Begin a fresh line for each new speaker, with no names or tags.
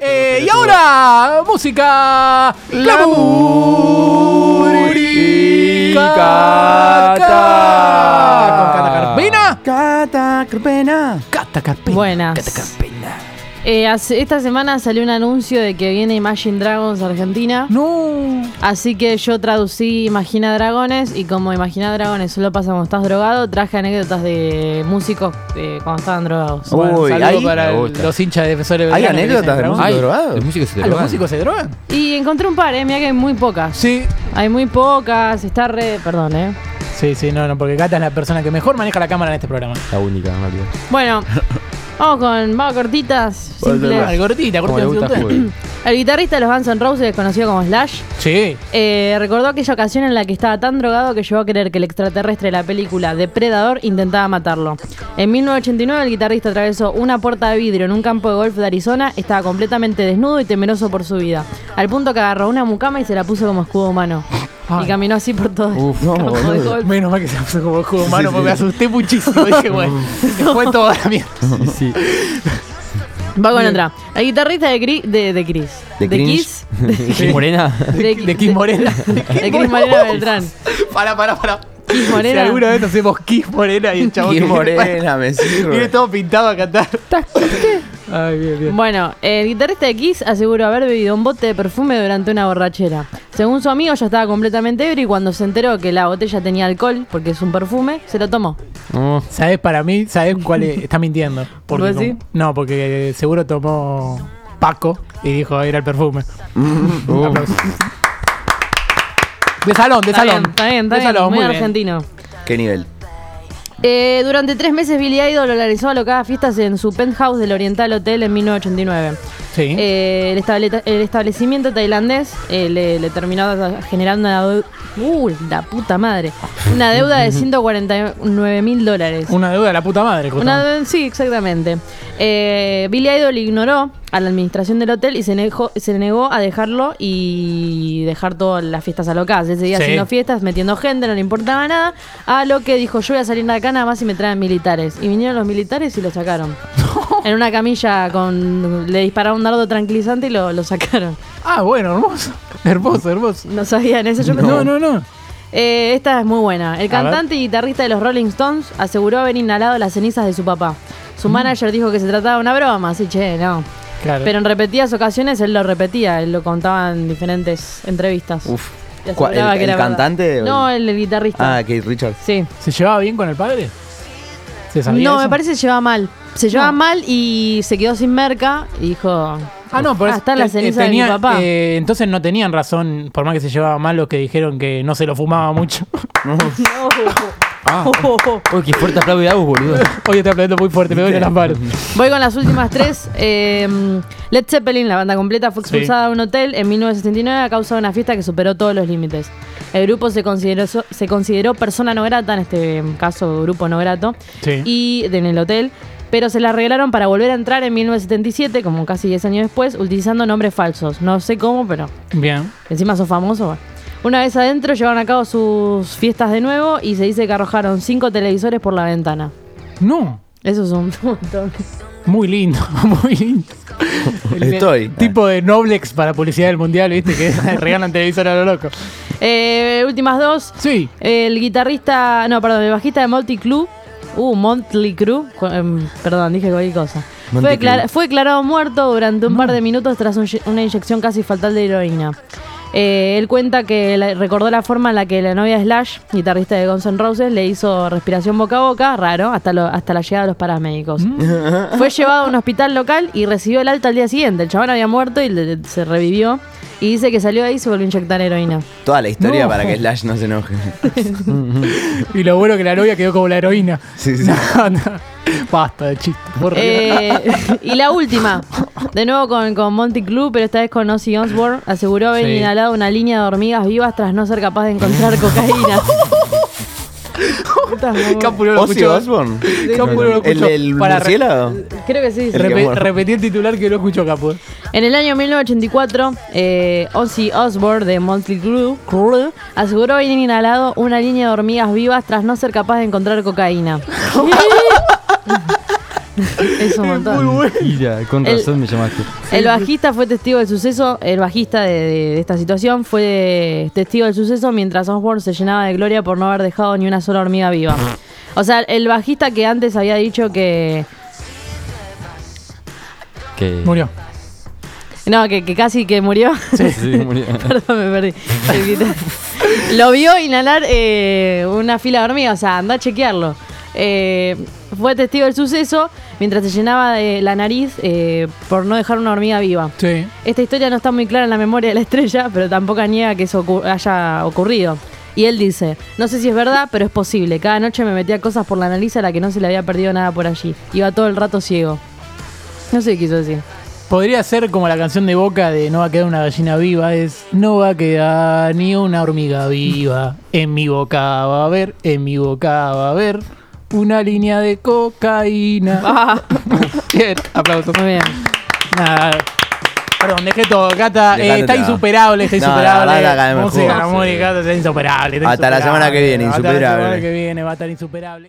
Eh, y ahora, música.
Clamurica.
Cata. Con Cata Carpena.
Cata, Carpena.
Cata Carpena.
Buenas.
Cata Carpena.
Eh, hace- esta semana salió un anuncio de que viene Imagine Dragons a Argentina.
No.
Así que yo traducí Imagina Dragones y como Imagina Dragones solo pasa cuando estás drogado, traje anécdotas de músicos eh, cuando estaban drogados.
Bueno,
Uy,
saludo
ahí
para
me
el-
gusta.
los hinchas de defensores
¿Hay
Belgrano que
anécdotas
dicen,
de
¿no?
música?
Ay,
Ay,
drogado?
Los músicos se
¿a ¿Los
drogan.
músicos se drogan?
Y encontré un par, eh, mira que hay muy pocas.
Sí.
Hay muy pocas, está re... Perdón, eh.
Sí, sí, no, no, porque Cata es la persona que mejor maneja la cámara en este programa.
La única, en realidad.
Bueno, vamos con... Vamos cortitas,
Ah,
simples.
Gordita,
Como le gusta
gordita.
a Juve.
El guitarrista de los Guns N' Roses, conocido como Slash,
Sí.
Eh, recordó aquella ocasión en la que estaba tan drogado que llegó a creer que el extraterrestre de la película Depredador intentaba matarlo. En 1989 el guitarrista atravesó una puerta de vidrio en un campo de golf de Arizona, estaba completamente desnudo y temeroso por su vida, al punto que agarró una mucama y se la puso como escudo humano.
Ay.
Y caminó así por todo el
Uf, no,
campo de
boludo.
golf.
Menos mal que se puso como juego
Sí,
humano
sí.
porque me asusté muchísimo. Dije, bueno, se fue toda la mierda.
Sí, sí.
Va con otra. El guitarrista de, Cri- de, de Chris.
De
Kiss.
Jimmy Morena.
De,
De Kiss Morena.
De Chris Morena Beltrán.
Pará, pará, pará.
Kiss
Si
Morena.
alguna vez hacemos Kiss Morena y el chabón
Qué
que viene-
morena, me
Viene
sirve.
todo pintado a cantar. Ay, bien, bien.
Bueno, el guitarrista de Kiss aseguró haber bebido un bote de perfume durante una borrachera. Según su amigo, ya estaba completamente ebrio y cuando se enteró que la botella tenía alcohol, porque es un perfume, se lo tomó.
No,
¿Sabes para mí? ¿Sabes cuál es? Está mintiendo. Porque
¿Vos decís?
como- no, porque seguro tomó Paco y dijo, era el perfume. Un aplauso. Mm. De salón, de
Está
salón.
bien, está bien, está
de
bien,
salón,
muy,
muy bien.
argentino.
Qué nivel.
Eh, durante tres meses, Billy Idol organizó alocadas fiestas en su penthouse del Oriental Hotel en 1989.
Sí.
Eh, el, estableta- el establecimiento tailandés eh, le, le terminó generando una deuda. ¡Uh, la puta madre! Una deuda de 149 mil dólares.
Una deuda de la puta madre.
Una
justamente.
de- sí, exactamente. Eh, Billy Idol ignoró a la administración del hotel y se, negó- se negó a dejarlo y dejar todas las fiestas alocadas. Él seguía
Sí.
haciendo fiestas, metiendo gente, no le importaba nada. A lo que dijo, yo voy a salir de acá nada más si me traen militares. Y vinieron los militares y lo sacaron. en una camilla con le dispararon un dardo tranquilizante y lo, lo sacaron.
Ah, bueno, hermoso. Hermoso, hermoso.
No sabían eso. Yo me-
No, no, no.
Eh, esta es muy
A
buena. El
ver.
cantante y guitarrista de los Rolling Stones aseguró haber inhalado las cenizas de su papá.
Mm.
Su manager dijo que se trataba de una broma, así che, no.
Claro.
Pero en repetidas ocasiones él lo repetía, él lo contaba en diferentes entrevistas.
Uf.
Y
¿Cuál- ¿El,
aseguraba que
el
era verdad.
cantante? o el-
No, el, el guitarrista.
Ah, Keith Richards.
sí.
¿Se llevaba bien con el padre? ¿Se sabía
No,
eso?
me parece que se llevaba mal. Se llevaba mal y se quedó sin merca y dijo.
Ah, no, por
Ah,
eso
está la
te-
ceniza de
tenía-
mi papá.
eh, entonces no tenían razón, por más que se llevaba mal, los que dijeron que no se lo fumaba mucho.
Ah.
Uy, qué fuerte aplauso de Agus, boludo.
Hoy está aplaudiendo muy fuerte, me duele las manos.
Voy con las últimas tres. Eh, Led Zeppelin, la banda completa, fue expulsada de un hotel en 1969 a causa de una fiesta que superó todos los límites. El grupo se consideró, se consideró persona no grata, en este caso grupo no grato,
Sí.
y en el hotel, pero se la arreglaron para volver a entrar en 1977, como casi 10 años después, utilizando nombres falsos. No sé cómo, pero
Bien.
Encima sos famoso. bueno. Una vez adentro llevaron a cabo sus fiestas de nuevo y se dice que arrojaron cinco televisores por la ventana.
No,
Eso es un montón.
muy lindo, muy lindo.
Estoy.
Tipo de Noblex para publicidad del mundial, viste, que regalan televisor a lo loco.
Eh, últimas dos.
Sí.
El guitarrista, no, perdón, el bajista de Motley Crue, uh, Motley Crue, cu- em, perdón, dije cualquier cosa. Fue,
Motley
declara-
Crue.
fue declarado muerto durante un par de minutos tras un ye- una inyección casi fatal de heroína. Eh, él cuenta que la- recordó la forma en la que la novia de Slash, guitarrista de Guns N' Roses, le hizo respiración boca a boca, raro, hasta, lo- hasta la llegada de los paramédicos.
Mm.
Fue llevado a un hospital local y recibió el alta al día siguiente. El chabón había muerto y le- se revivió. Y dice que salió de ahí y se volvió a inyectar heroína.
Toda la historia
No.
para que Slash no se enoje.
Y lo bueno que la novia quedó como la heroína.
Sí, sí.
No, no. Basta de chiste. por Dios.
Eh, y la última, de nuevo con, con Monty Club, pero esta vez con Ozzy Osbourne, aseguró haber
Sí.
inhalado una línea de hormigas vivas tras no ser capaz de encontrar cocaína. Puta madre.
Cámpulo lo
Ozzy
escuchó.
Osbourne.
Cámpulo lo
Oh, ¿El
escuchó.
del
Para-
murciélago?
Creo que sí. sí.
El que
Repe-
muere.
repetí el titular que lo escuchó Capo.
En el año 1984, eh, Ozzy Osbourne de Monty Club aseguró haber inhalado una línea de hormigas vivas tras no ser capaz de encontrar cocaína. Es un montón.
Mira, con
El-
razón me llamaste.
El bajista fue testigo del suceso, el bajista de, de- de esta situación fue testigo del suceso mientras Osborne se llenaba de gloria por no haber dejado ni una sola hormiga viva. O sea, el bajista que antes había dicho que...
Que...
Murió.
No, que, que casi que murió.
Sí, sí, murió.
Perdón, me perdí. Lo vio inhalar eh, una fila de hormigas, o sea, anda a chequearlo. Eh, fue testigo del suceso mientras se llenaba de la nariz eh, por no dejar una hormiga viva.
Sí.
Esta historia no está muy clara en la memoria de la estrella, pero tampoco niega que eso ocu- haya ocurrido. Y él dice, no sé si es verdad, pero es posible. Cada noche me metía cosas por la nariz a la que no se le había perdido nada por allí. Iba todo el rato ciego. No sé qué quiso decir.
Podría ser como la canción de Boca de No va a quedar una gallina viva, es No va a quedar ni una hormiga viva, en mi boca va a haber, en mi boca va a haber una línea de cocaína.
Ah,
Bien, aplausos.
muy bien.
Nada. Perdón, dejé todo, Cata, eh,
Dejate
está
todo.
insuperable, está
No,
insuperable.
la verdad, la gané
Música,
mejor,
amor y
sí.
Cata, está insuperable. está
Hasta la
insuperable.
semana que viene,
Hasta la semana
insuperable.
que viene va a estar insuperable.